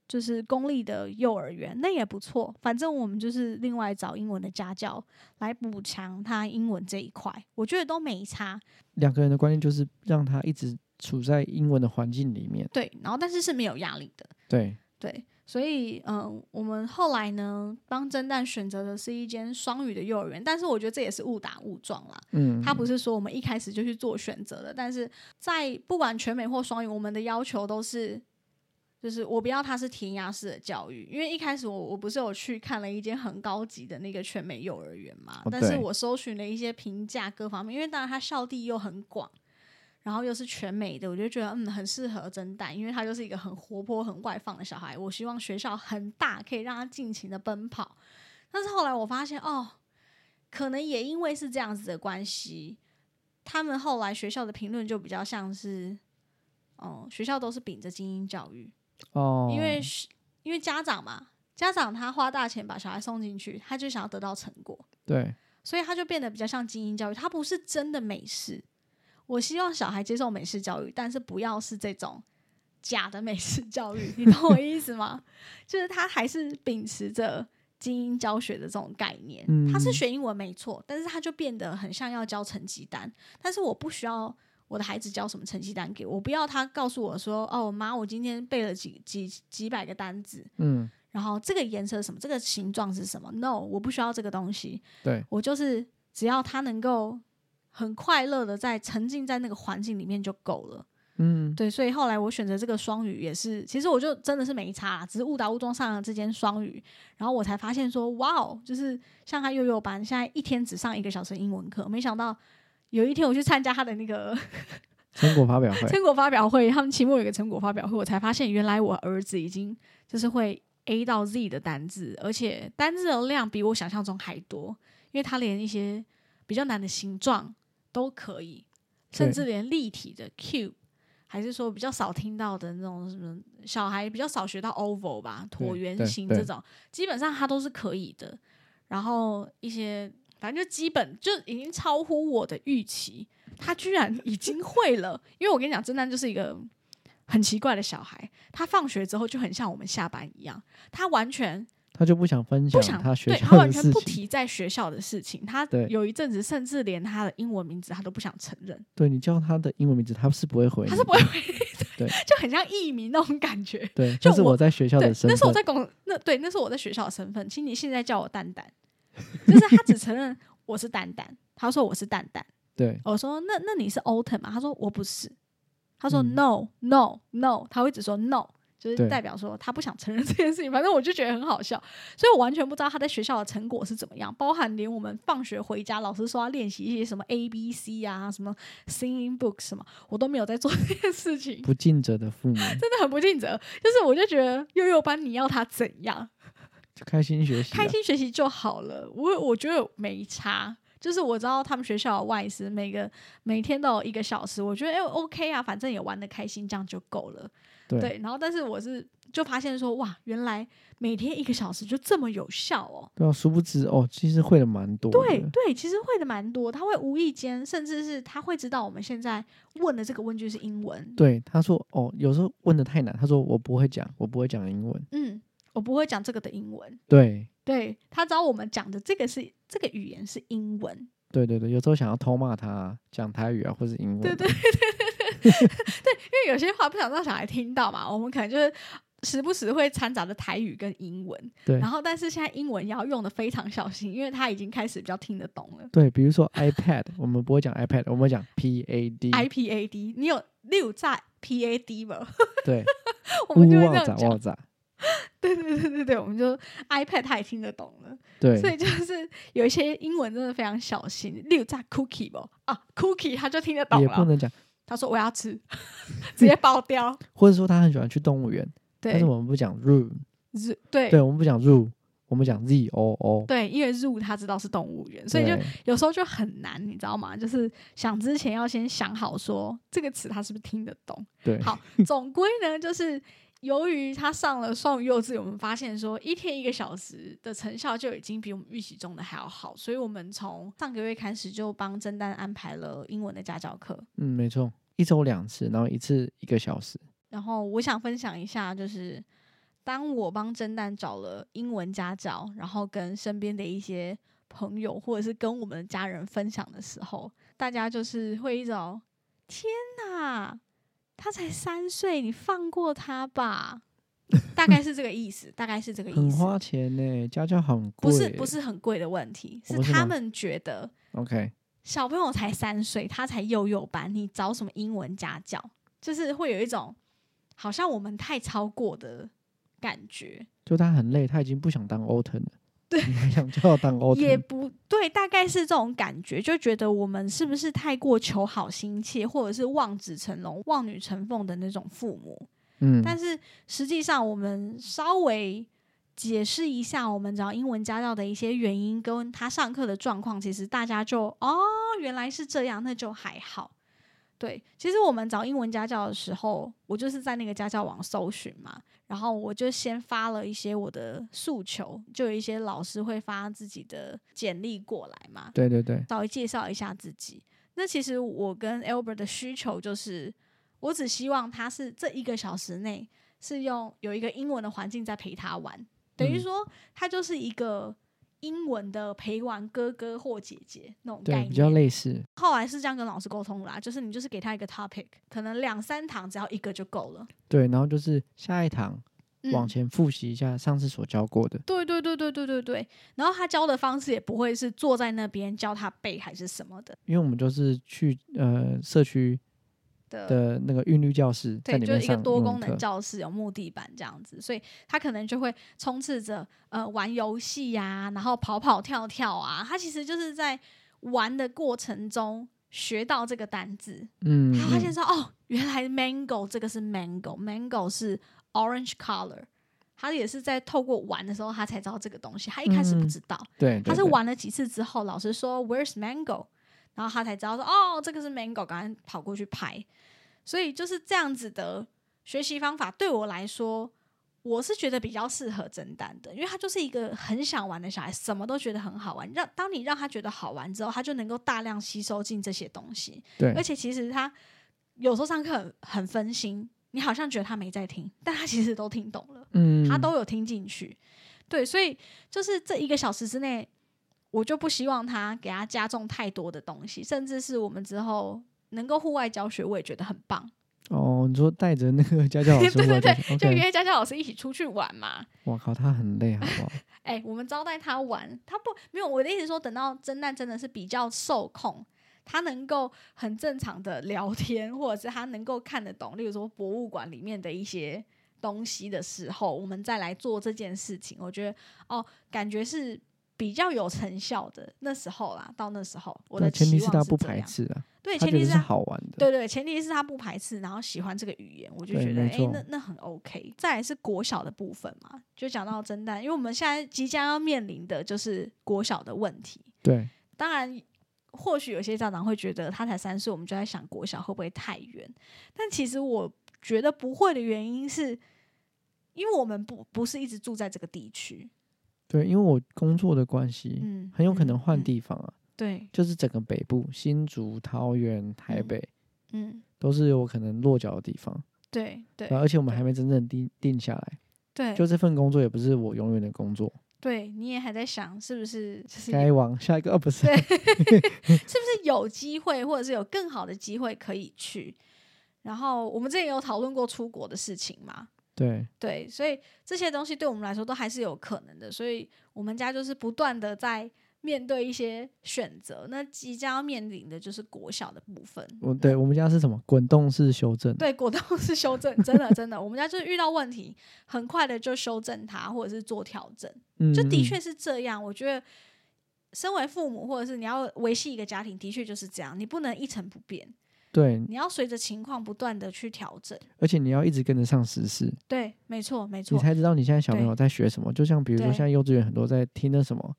Speaker 1: 就是公立的幼儿园，那也不错。反正我们就是另外找英文的家教来补强他英文这一块，我觉得都没差。
Speaker 2: 两个人的观念就是让他一直处在英文的环境里面，
Speaker 1: 对，然后但是是没有压力的。
Speaker 2: 对，
Speaker 1: 对，所以嗯、呃我们后来呢，帮蒸蛋选择的是一间双语的幼儿园，但是我觉得这也是误打误撞啦。
Speaker 2: 嗯，
Speaker 1: 他不是说我们一开始就去做选择的，但是在不管全美或双语，我们的要求都是，就是我不要它是填鸭式的教育，因为一开始我我不是有去看了一间很高级的那个全美幼儿园嘛，
Speaker 2: 哦
Speaker 1: 但是
Speaker 2: 对
Speaker 1: 我搜寻了一些评价各方面，因为当然它校地又很广。然后又是全美的，我就觉得嗯很适合蒸蛋，因为他就是一个很活泼、很外放的小孩。我希望学校很大，可以让他尽情的奔跑。但是后来我发现哦，可能也因为是这样子的关系，他们后来学校的评论就比较像是，哦、学校都是秉着精英教育，
Speaker 2: 哦，
Speaker 1: 因为是因为家长嘛，家长他花大钱把小孩送进去，他就想要得到成果，
Speaker 2: 对
Speaker 1: 所以他就变得比较像精英教育，他不是真的美式。我希望小孩接受美式教育，但是不要是这种假的美式教育，你懂我意思吗？ 就是他还是秉持着精英教学的这种概念，他是
Speaker 2: 嗯
Speaker 1: 学英文没错，但是他就变得很像要交成绩单，但是我不需要。我的孩子交什么成绩单给我？我不要他告诉我说：“哦，妈，我今天背了几几几百个单子，
Speaker 2: 嗯
Speaker 1: 然后这个颜色是什么，这个形状是什么？No，我不需要这个东西。
Speaker 2: 对
Speaker 1: 我就是只要他能够很快乐的在沉浸在那个环境里面就够了。
Speaker 2: 嗯
Speaker 1: 对，所以后来我选择这个双语也是，其实我就真的是没差啦，只是误打误撞上了这间双语，然后我才发现说，哇哦，就是像他幼幼班，现在一天只上一个小时英文课，没想到。有一天我去参加他的那个
Speaker 2: 成果发表会，
Speaker 1: 成果发表会，他们期末有一个成果发表会，我才发现原来我儿子已经就是会 A 到 Z 的单字，而且单字的量比我想象中还多，因为他连一些比较难的形状都可以，甚
Speaker 2: 对
Speaker 1: 至连立体的 cube，还是说比较少听到的那种什么小孩比较少学到 oval 吧，
Speaker 2: 对
Speaker 1: 椭圆
Speaker 2: 对
Speaker 1: 形
Speaker 2: 对
Speaker 1: 这种，基本上他都是可以的。然后一些反正就基本就已经超乎我的预期，他居然已经会了。因为我跟你讲，真蛋就是一个很奇怪的小孩，他放学之后就很像我们下班一样，他完全
Speaker 2: 他就不想分享
Speaker 1: 不想
Speaker 2: 他学
Speaker 1: 对
Speaker 2: 校
Speaker 1: 他
Speaker 2: 的
Speaker 1: 完全
Speaker 2: 事
Speaker 1: 不
Speaker 2: 情，
Speaker 1: 提在学校的事情。他
Speaker 2: 对
Speaker 1: 有一阵子甚至连他的英文名字他都不想承认，
Speaker 2: 对你叫他的英文名字，他是不会回你
Speaker 1: 他
Speaker 2: 的，
Speaker 1: 是不会回，
Speaker 2: 对
Speaker 1: 就很像艺名那种感觉。
Speaker 2: 对，
Speaker 1: 就
Speaker 2: 这是
Speaker 1: 我
Speaker 2: 我在学校
Speaker 1: 对
Speaker 2: 的，身
Speaker 1: 那是我在
Speaker 2: 份，
Speaker 1: 公那对，那是我在学校的身份，请你现在叫我蛋 蛋，就是他只承认我是蛋蛋，他说我是蛋蛋，
Speaker 2: 对
Speaker 1: 我说那那你是 Oten 吗？他说我不是，他说
Speaker 2: 嗯
Speaker 1: No、No No，他会一直说 No，就是
Speaker 2: 对
Speaker 1: 代表说他不想承认这件事情。反正我就觉得很好笑，所以我完全不知道他在学校的成果是怎么样，包含连我们放学回家，老师说要练习一些什么 A B C 啊，什么 Singing Book 什么，我都没有在做 这件事情。
Speaker 2: 不尽责的父母，
Speaker 1: 真的很不尽责，就是我就觉得幼幼班你要他怎样，
Speaker 2: 就开心学习啊，
Speaker 1: 开心学习就好了。我我觉得没差，就是我知道他们学校的外师每个每天都有一个小时，我觉得哎、OK 啊，反正也玩的开心，这样就够了。
Speaker 2: 对
Speaker 1: 对，然后但是我是就发现说哇，原来每天一个小时就这么有效哦。
Speaker 2: 对啊，殊不知哦，其实会的蛮多的，
Speaker 1: 对对，其实会的蛮多，他会无意间，甚至是他会知道我们现在问的这个问句是英文，
Speaker 2: 对，他说哦，有时候问的太难，他说我不会讲，我不会讲英文，
Speaker 1: 嗯，我不会讲这个的英文，
Speaker 2: 对
Speaker 1: 对他找我们讲的这个是这个语言是英文，
Speaker 2: 对对对，有时候想要偷骂他讲台语啊，或是英文啊，
Speaker 1: 对对因为有些话不想让小孩听到嘛，我们可能就是时不时会掺杂着台语跟英文，
Speaker 2: 对
Speaker 1: 然后但是现在英文也要用的非常小心，因为他已经开始比较听得懂了。
Speaker 2: 对，比如说 iPad，我们不会讲 iPad，我们会讲
Speaker 1: I
Speaker 2: PAD。
Speaker 1: P A D，你有六炸 P A D 吧？
Speaker 2: 对，
Speaker 1: 我
Speaker 2: 乌
Speaker 1: 们就会这
Speaker 2: 哇
Speaker 1: 样
Speaker 2: 咋
Speaker 1: 讲
Speaker 2: 哇。咋，
Speaker 1: 对对对对对，我们就 iPad 他也听得懂了，所
Speaker 2: 对
Speaker 1: 以就是有一些英文真的非常小心。例如炸 cookie 不啊，cookie 他就听得懂
Speaker 2: 也不
Speaker 1: 了。
Speaker 2: 能讲，
Speaker 1: 他说我要 吃，直接爆掉。
Speaker 2: 或者说他很喜欢去动物园，但
Speaker 1: 对
Speaker 2: 是我们不讲 zoo，
Speaker 1: ，zoo- 对
Speaker 2: 对，我们不讲 zoo，我们讲 z o o。
Speaker 1: 对，因为 zoo 他知道是动物园，所以就
Speaker 2: 对
Speaker 1: 有时候就很难，你知道吗？就是想之前要先想好说这个词他是不是听得懂。
Speaker 2: 对
Speaker 1: 好， 总归呢，就是由于他上了双语幼稚，我们发现说一天一个小时的成效就已经比我们预期中的还要好，所以我们从上个月开始就帮甄丹安排了英文的家教课。
Speaker 2: 嗯，没错，一周两次，然后一次一个小时。
Speaker 1: 然后我想分享一下，就是当我帮甄丹找了英文家教，然后跟身边的一些朋友或者是跟我们的家人分享的时候，大家就是会一种“天哪，他才三岁，你放过他 吧”，大概是这个意思，大概是这个意
Speaker 2: 很
Speaker 1: 思
Speaker 2: 花。钱呢，家教很
Speaker 1: 不
Speaker 2: 贵。
Speaker 1: 是不是很贵的问题，是
Speaker 2: 哦是吗
Speaker 1: 他们觉得
Speaker 2: ，OK，
Speaker 1: 小朋友才三岁，他才幼幼班，你找什么英文家教？就是会有一种好像我们太超过的感觉，
Speaker 2: 就他很累，他已经不想当 o t 了。对，你还想叫他当 o t
Speaker 1: 也不对，大概是这种感觉，就觉得我们是不是太过求好心切，或者是望子成龙、望女成凤的那种父母？
Speaker 2: 嗯，
Speaker 1: 但是实际上，我们稍微解释一下我们找英文家教的一些原因，跟他上课的状况，其实大家就哦，原来是这样，那就还好。对，其实我们找英文家教的时候，我就是在那个家教网搜寻嘛，然后我就先发了一些我的诉求，就有一些老师会发自己的简历过来嘛，
Speaker 2: 对对对，
Speaker 1: 稍微介绍一下自己。那其实我跟 Albert 的需求就是，我只希望他是这一个小时内是用有一个英文的环境在陪他玩，等于
Speaker 2: 嗯
Speaker 1: 说他就是一个英文的陪玩哥哥或姐姐那种概
Speaker 2: 对，
Speaker 1: 念。
Speaker 2: 比较类似。
Speaker 1: 后来是这样跟老师沟通啦，就是你就是给他一个 topic，可能两三堂只要一个就够了。
Speaker 2: 对，然后就是下一堂往
Speaker 1: 嗯
Speaker 2: 前复习一下上次所教过的。
Speaker 1: 对对对对对对对，然后他教的方式也不会是坐在那边教他背还是什么的
Speaker 2: 因为我们就是去呃社区
Speaker 1: 的
Speaker 2: 的那个韵律教室，在
Speaker 1: 呃对，
Speaker 2: 里
Speaker 1: 就
Speaker 2: 面
Speaker 1: 一个
Speaker 2: 上
Speaker 1: 多
Speaker 2: 英文
Speaker 1: 功能
Speaker 2: 课
Speaker 1: 教室，有木地板这样子，所以他可能就会充斥着呃玩游戏呀，然后跑跑跳跳啊，他其实就是在玩的过程中学到这个单字，
Speaker 2: 嗯，
Speaker 1: 他发现
Speaker 2: 嗯
Speaker 1: 说、哦，原来 mango 这个是 mango，mango 是 orange color，他也是在透过玩的时候他才知道这个东西，他一开始不
Speaker 2: 嗯
Speaker 1: 知道，
Speaker 2: 对，对
Speaker 1: 他是
Speaker 2: 对
Speaker 1: 玩了几次之后，老师说 Where's mango，然后他才知道说哦，这个是 mango，赶快跑过去拍。所以就是这样子的学习方法，对我来说，我是觉得比较适合蒸蛋的，因为他就是一个很想玩的小孩，什么都觉得很好玩。让当你让他觉得好玩之后，他就能够大量吸收进这些东西。
Speaker 2: 对，
Speaker 1: 而且其实他有时候上课很很分心，你好像觉得他没在听，但他其实都听懂了。
Speaker 2: 嗯，
Speaker 1: 他都有听进去。对，所以就是这一个小时之内，我就不希望他给他加重太多的东西，甚至是我们之后能够户外教学，我也觉得很棒。
Speaker 2: 哦，你说带着那 个家教老
Speaker 1: 对
Speaker 2: 师
Speaker 1: 对
Speaker 2: 过来
Speaker 1: 对
Speaker 2: 就，
Speaker 1: 就
Speaker 2: OK，
Speaker 1: 约家教老师一起出去玩嘛。
Speaker 2: 我靠，他很累，好不好？
Speaker 1: 哎、我们招待他玩，他不没有我的意思是说，等到真蛋真的是比较受控。他能够很正常的聊天，或者是他能够看得懂，例如说博物馆里面的一些东西的时候，我们再来做这件事情，我觉得哦，感觉是比较有成效的。那时候啦，到那时候，我的
Speaker 2: 但前提
Speaker 1: 期望
Speaker 2: 他
Speaker 1: 是
Speaker 2: 不
Speaker 1: 这
Speaker 2: 排
Speaker 1: 样，
Speaker 2: 斥啊，
Speaker 1: 对，
Speaker 2: 他
Speaker 1: 前
Speaker 2: 觉
Speaker 1: 提是
Speaker 2: 得是
Speaker 1: 他
Speaker 2: 好玩的。
Speaker 1: 对对，前提是他不排斥，然后喜欢这个语言，我就
Speaker 2: 对
Speaker 1: 觉得
Speaker 2: 没
Speaker 1: 诶，
Speaker 2: 错
Speaker 1: 那那很 OK。再来是国小的部分嘛，就讲
Speaker 2: 嗯
Speaker 1: 到蒸蛋，因为我们现在即将要面临的就是国小的问题。
Speaker 2: 对
Speaker 1: 当然，或许有些家长会觉得他才三岁，我们就在想国小会不会太远？但其实我觉得不会的原因是，因为我们不不是一直住在这个地区，
Speaker 2: 对，因为我工作的关系，
Speaker 1: 嗯，
Speaker 2: 很有可能换
Speaker 1: 嗯、
Speaker 2: 地方啊，
Speaker 1: 嗯对，
Speaker 2: 就是整个北部，新竹、桃园、台
Speaker 1: 嗯
Speaker 2: 北
Speaker 1: 嗯，
Speaker 2: 都是有可能落脚的地方，
Speaker 1: 对对
Speaker 2: 然后而且我们
Speaker 1: 对
Speaker 2: 还没真正定定下来，
Speaker 1: 对，
Speaker 2: 就这份工作也不是我永远的工作，
Speaker 1: 对你也还在想是不是就是
Speaker 2: 该往下一个，哦，不是，
Speaker 1: 对是不是有机会，或者是有更好的机会可以去？然后我们之前有讨论过出国的事情嘛，
Speaker 2: 对，
Speaker 1: 对，所以这些东西对我们来说都还是有可能的，所以我们家就是不断的在面对一些选择。那即将要面临的就是国小的部分，
Speaker 2: 我对我们家是什么滚动式修正，
Speaker 1: 对，果冻 是修正，真的真的，我们家就是遇到问题，很快的就修正它，或者是做调整，
Speaker 2: 嗯，
Speaker 1: 就
Speaker 2: 嗯
Speaker 1: 的
Speaker 2: 嗯
Speaker 1: 确是这样。我觉得，身为父母或者是你要维系一个家庭，的确就是这样，你不能一成不变，
Speaker 2: 对，
Speaker 1: 你要随着情况不断的去调整。
Speaker 2: 而且你要一直跟得上时事，
Speaker 1: 对，没错，没
Speaker 2: 你
Speaker 1: 错，
Speaker 2: 才知道你现在小朋
Speaker 1: 对
Speaker 2: 友在学什么。就像比如说
Speaker 1: 对
Speaker 2: 现在幼稚园很多在听那什么，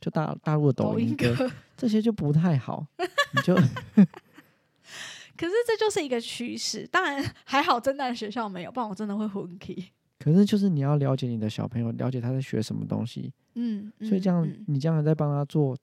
Speaker 2: 就大大陆的抖音歌，
Speaker 1: 歌。
Speaker 2: 这些就不太 好，你就
Speaker 1: 可是这就是一个趋势，当然 还好，真的学校没有，不然我真的会昏 k
Speaker 2: 可是就是你要了解你的小朋友，了解他在学什么东西，
Speaker 1: 嗯，
Speaker 2: 所以这样
Speaker 1: 嗯
Speaker 2: 你将来在帮他做，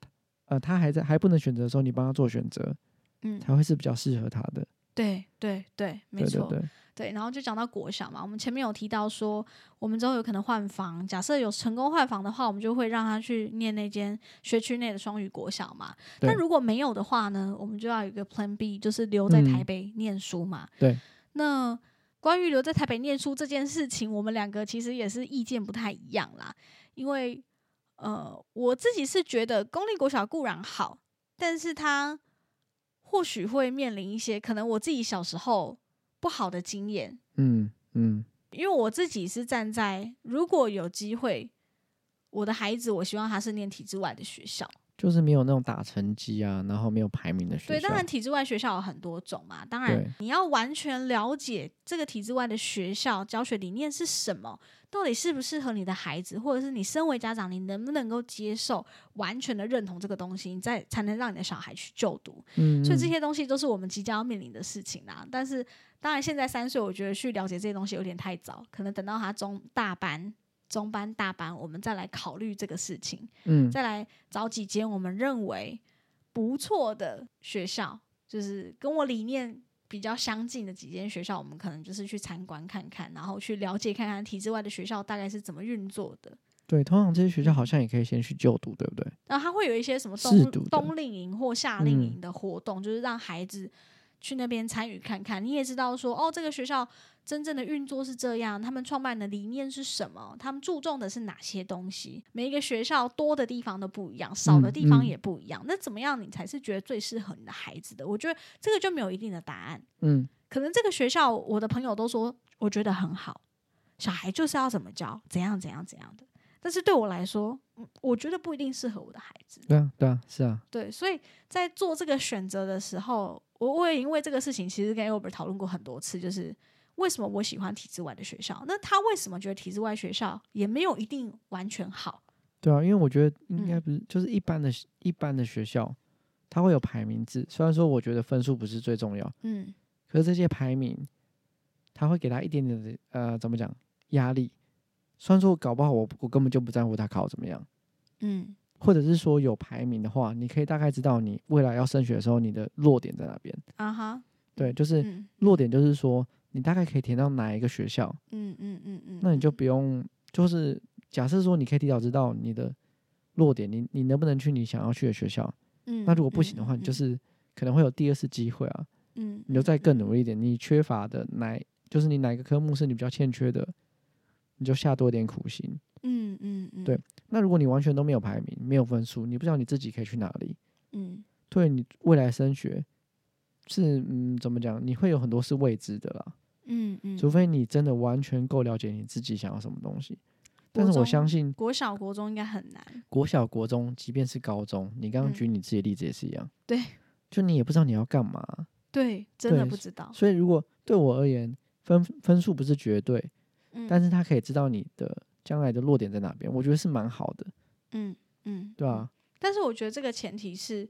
Speaker 2: 呃，他还在还不能选择的时候，你帮他做选择，
Speaker 1: 嗯，
Speaker 2: 才会是比较适合他的。
Speaker 1: 对对对，没
Speaker 2: 对
Speaker 1: 错
Speaker 2: 对对，
Speaker 1: 对然后就讲到国小嘛，我们前面有提到说，我们之后有可能换房，假设有成功换房的话，我们就会让他去念那间学区内的双语国小嘛。
Speaker 2: 对
Speaker 1: 但如果没有的话呢，我们就要有一个 Plan B，就是留在台
Speaker 2: 嗯
Speaker 1: 北念书嘛。
Speaker 2: 对，
Speaker 1: 那。关于留在台北念书这件事情，我们两个其实也是意见不太一样啦。因为呃，我自己是觉得公立国小固然好，但是它或许会面临一些可能我自己小时候不好的经验，
Speaker 2: 嗯嗯，
Speaker 1: 因为我自己是站在如果有机会，我的孩子我希望他是念体制外的学校。
Speaker 2: 就是没有那种打成绩啊，然后没有排名的学校。
Speaker 1: 对，当然体制外学校有很多种嘛，当然
Speaker 2: 对
Speaker 1: 你要完全了解这个体制外的学校教学理念是什么，到底适不适合你的孩子，或者是你身为家长，你能不能够接受完全的认同这个东西，你再才能让你的小孩去就读。
Speaker 2: 嗯，
Speaker 1: 所以这
Speaker 2: 嗯
Speaker 1: 些东西都是我们即将要面临的事情啦。但是当然，现在三岁，我觉得去了解这些东西有点太早，可能等到他中大班。中班、大班，我们再来考虑这个事情。
Speaker 2: 嗯，
Speaker 1: 再来找几间我们认为不错的学校，就是跟我理念比较相近的几间学校，我们可能就是去参观看看，然后去了解看看体制外的学校大概是怎么运作的。
Speaker 2: 对，通常这些学校好像也可以先去就读，对不对？
Speaker 1: 然后它会有一些什么
Speaker 2: 适
Speaker 1: 冬
Speaker 2: 度的
Speaker 1: 冬令营或夏令
Speaker 2: 嗯
Speaker 1: 营的活动，就是让孩子去那边参与看看。你也知道说，哦，这个学校真正的运作是这样，他们创办的理念是什么，他们注重的是哪些东西。每一个学校多的地方都不一样，少的地方
Speaker 2: 嗯
Speaker 1: 也不一样。那怎么样你才是觉得最适合你的孩子的？我觉得这个就没有一定的答案。
Speaker 2: 嗯，
Speaker 1: 可能这个学校，我的朋友都说我觉得很好，小孩就是要怎么教，怎样怎样怎样的。但是对我来说，嗯我觉得不一定适合我的孩子。
Speaker 2: 对啊，对啊，是啊，
Speaker 1: 对，所以在做这个选择的时候，我我也因为这个事情，其实跟 Albert 讨论过很多次，就是为什么我喜欢体制外的学校？那他为什么觉得体制外学校也没有一定完全好？
Speaker 2: 对啊，因为我觉得应该
Speaker 1: 嗯
Speaker 2: 不是，就是一般的一般的学校，它会有排名制。虽然说我觉得分数不是最重要，
Speaker 1: 嗯，
Speaker 2: 可是这些排名，它会给他一点点的呃，怎么讲压力。虽然说搞不好我我根本就不在乎他考怎么样，
Speaker 1: 嗯，
Speaker 2: 或者是说有排名的话，你可以大概知道你未来要升学的时候你的弱点在哪边。
Speaker 1: 啊哈，
Speaker 2: 对，就是
Speaker 1: 嗯
Speaker 2: 弱点就是说你大概可以填到哪一个学校，
Speaker 1: 嗯嗯嗯嗯，
Speaker 2: 那你就
Speaker 1: 嗯
Speaker 2: 不用就是假设说你可以提早知道你的弱点，你你能不能去你想要去的学校？
Speaker 1: 嗯
Speaker 2: 那如果不行的话，
Speaker 1: 嗯
Speaker 2: 你就
Speaker 1: 嗯
Speaker 2: 是可能会有第二次机会啊，
Speaker 1: 嗯，
Speaker 2: 你就再更
Speaker 1: 嗯
Speaker 2: 努力一点。你缺乏的哪，就是你哪个科目是你比较欠缺的，你就下多一点苦心。
Speaker 1: 嗯嗯嗯，
Speaker 2: 对，那如果你完全都没有排名，没有分数，你不知道你自己可以去哪里，
Speaker 1: 嗯
Speaker 2: 对你未来升学是嗯怎么讲，你会有很多是未知的啦。
Speaker 1: 嗯嗯，
Speaker 2: 除非你真的完全够了解你自己想要什么东西。但
Speaker 1: 国
Speaker 2: 是我
Speaker 1: 中
Speaker 2: 相信
Speaker 1: 国小国中应该很难，
Speaker 2: 国小、国中，即便是高中，你刚刚
Speaker 1: 嗯
Speaker 2: 举你自己的例子也是一样，
Speaker 1: 对，
Speaker 2: 就你也不知道你要干嘛啊、
Speaker 1: 对，真的
Speaker 2: 对
Speaker 1: 不知道，
Speaker 2: 所以如果对我而言，分分数不是绝对，
Speaker 1: 嗯
Speaker 2: 但是他可以知道你的将来的弱点在哪边，我觉得是蛮好的，
Speaker 1: 嗯嗯，
Speaker 2: 对吧、啊
Speaker 1: 嗯但是我觉得这个前提是，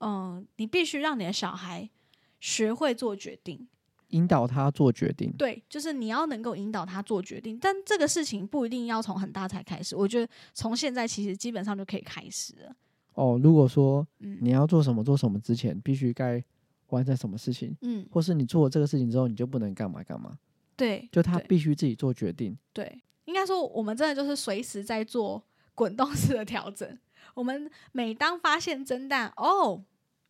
Speaker 1: 嗯、你必须让你的小孩学会做决定。
Speaker 2: 引导他做决定，
Speaker 1: 对，就是你要能够引导他做决定，但这个事情不一定要从很大才开始。我觉得从现在其实基本上就可以开始了。
Speaker 2: 哦，如果说
Speaker 1: 嗯
Speaker 2: 你要做什么做什么之前，必须该完成什么事情，
Speaker 1: 嗯，
Speaker 2: 或是你做了这个事情之后，你就不能干嘛干嘛，
Speaker 1: 对，
Speaker 2: 就他
Speaker 1: 对
Speaker 2: 必须自己做决定。
Speaker 1: 对，应该说我们真的就是随时在做 滚动式的调整。我们每当发现侦探哦，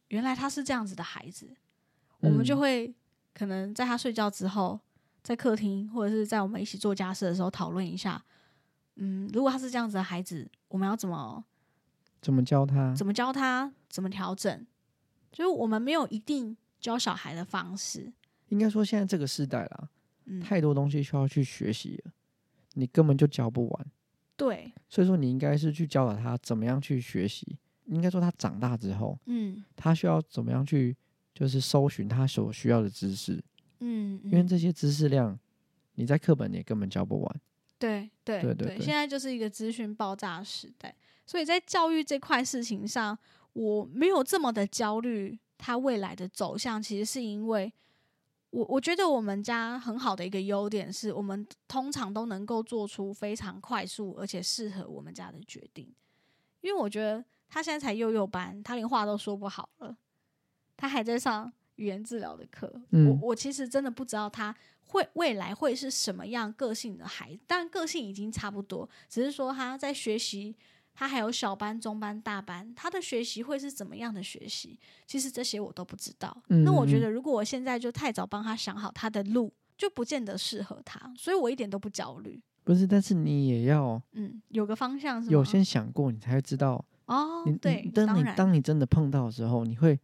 Speaker 1: 原来他是这样子的孩子，我们就
Speaker 2: 嗯
Speaker 1: 会可能在他睡觉之后在客厅或者是在我们一起做家事的时候讨论一下，嗯，如果他是这样子的孩子，我们要怎么
Speaker 2: 怎么教他？
Speaker 1: 怎么教他，怎么调整，就是我们没有一定教小孩的方式，
Speaker 2: 应该说现在这个时代啦，
Speaker 1: 嗯，
Speaker 2: 太多东西需要去学习了，你根本就教不完。
Speaker 1: 对，
Speaker 2: 所以说，你应该是去教导他怎么样去学习。应该说，他长大之后，
Speaker 1: 嗯
Speaker 2: 他需要怎么样去，就是搜寻他所需要的知识，
Speaker 1: 嗯，
Speaker 2: 因为
Speaker 1: 嗯
Speaker 2: 这些知识量你在课本也根本教不完。
Speaker 1: 对对
Speaker 2: 对对对
Speaker 1: 现在就是一个资讯爆炸的时代，所以在教育这块事情上，我没有这么的焦虑它未来的走向，其实是因为我我觉得我们家很好的一个优点是我们通常都能够做出非常快速而且适合我们家的决定，因为我觉得他现在才幼幼班，他连话都说不好了，他还在上语言治疗的课，
Speaker 2: 嗯
Speaker 1: 我我其实真的不知道他会未来会是什么样个性的孩子，但个性已经差不多，只是说他在学习，他还有小班、中班、大班，他的学习会是怎么样的学习？其实这些我都不知道。那我觉
Speaker 2: 嗯嗯嗯
Speaker 1: 得，如果我现在就太早帮他想好他的路，就不见得适合他，所以我一点都不焦虑。
Speaker 2: 不是，但是你也要
Speaker 1: 嗯，有个方向是吗？
Speaker 2: 有先想过，你才会知道
Speaker 1: 哦
Speaker 2: 你。，
Speaker 1: 对
Speaker 2: 你，当
Speaker 1: 当
Speaker 2: 你
Speaker 1: 然，
Speaker 2: 当你真的碰到的时候，你会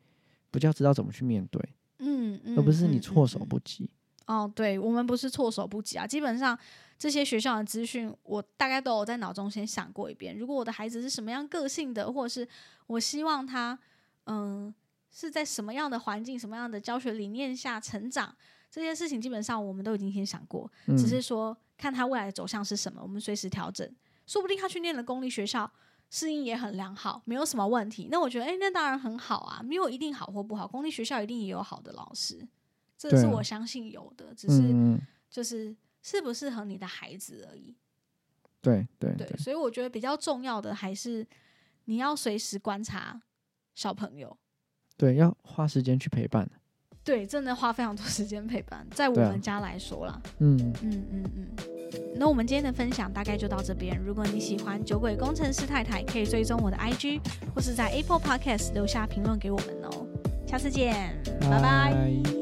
Speaker 2: 比较知道怎么去面对，
Speaker 1: 嗯，嗯
Speaker 2: 而不是你
Speaker 1: 嗯
Speaker 2: 措
Speaker 1: 嗯
Speaker 2: 手
Speaker 1: 嗯
Speaker 2: 不及。
Speaker 1: 哦，对，我们不是措手不及啊，基本上这些学校的资讯，我大概都有在脑中先想过一遍。如果我的孩子是什么样个性的，或者是我希望他，嗯、是在什么样的环境、什么样的教学理念下成长，这些事情基本上我们都已经先想过，
Speaker 2: 嗯，
Speaker 1: 只是说看他未来的走向是什么，我们随时调整。说不定他去念了公立学校，适应也很良好，没有什么问题。那我觉得，哎，那当然很好啊，没有一定好或不好，公立学校一定也有好的老师，这
Speaker 2: 对
Speaker 1: 是
Speaker 2: 啊
Speaker 1: 我相信有的，只是
Speaker 2: 嗯，嗯嗯
Speaker 1: 就是适不适合你的孩子而已。
Speaker 2: 对对
Speaker 1: 对
Speaker 2: 嗯对，，
Speaker 1: 所以我觉得比较重要的还是你要随时观察小朋友。
Speaker 2: 对，要花时间去陪伴。
Speaker 1: 对，真的花非常多时间陪伴，在我
Speaker 2: 对啊
Speaker 1: 们家来说啦，
Speaker 2: 嗯，
Speaker 1: 嗯嗯嗯，那我们今天的分享大概就到这边。如果你喜欢《酒鬼工程师太太》，可以追踪我的 IG 或是在 Apple Podcast 留下评论给我们哦。下次见，拜拜
Speaker 2: 拜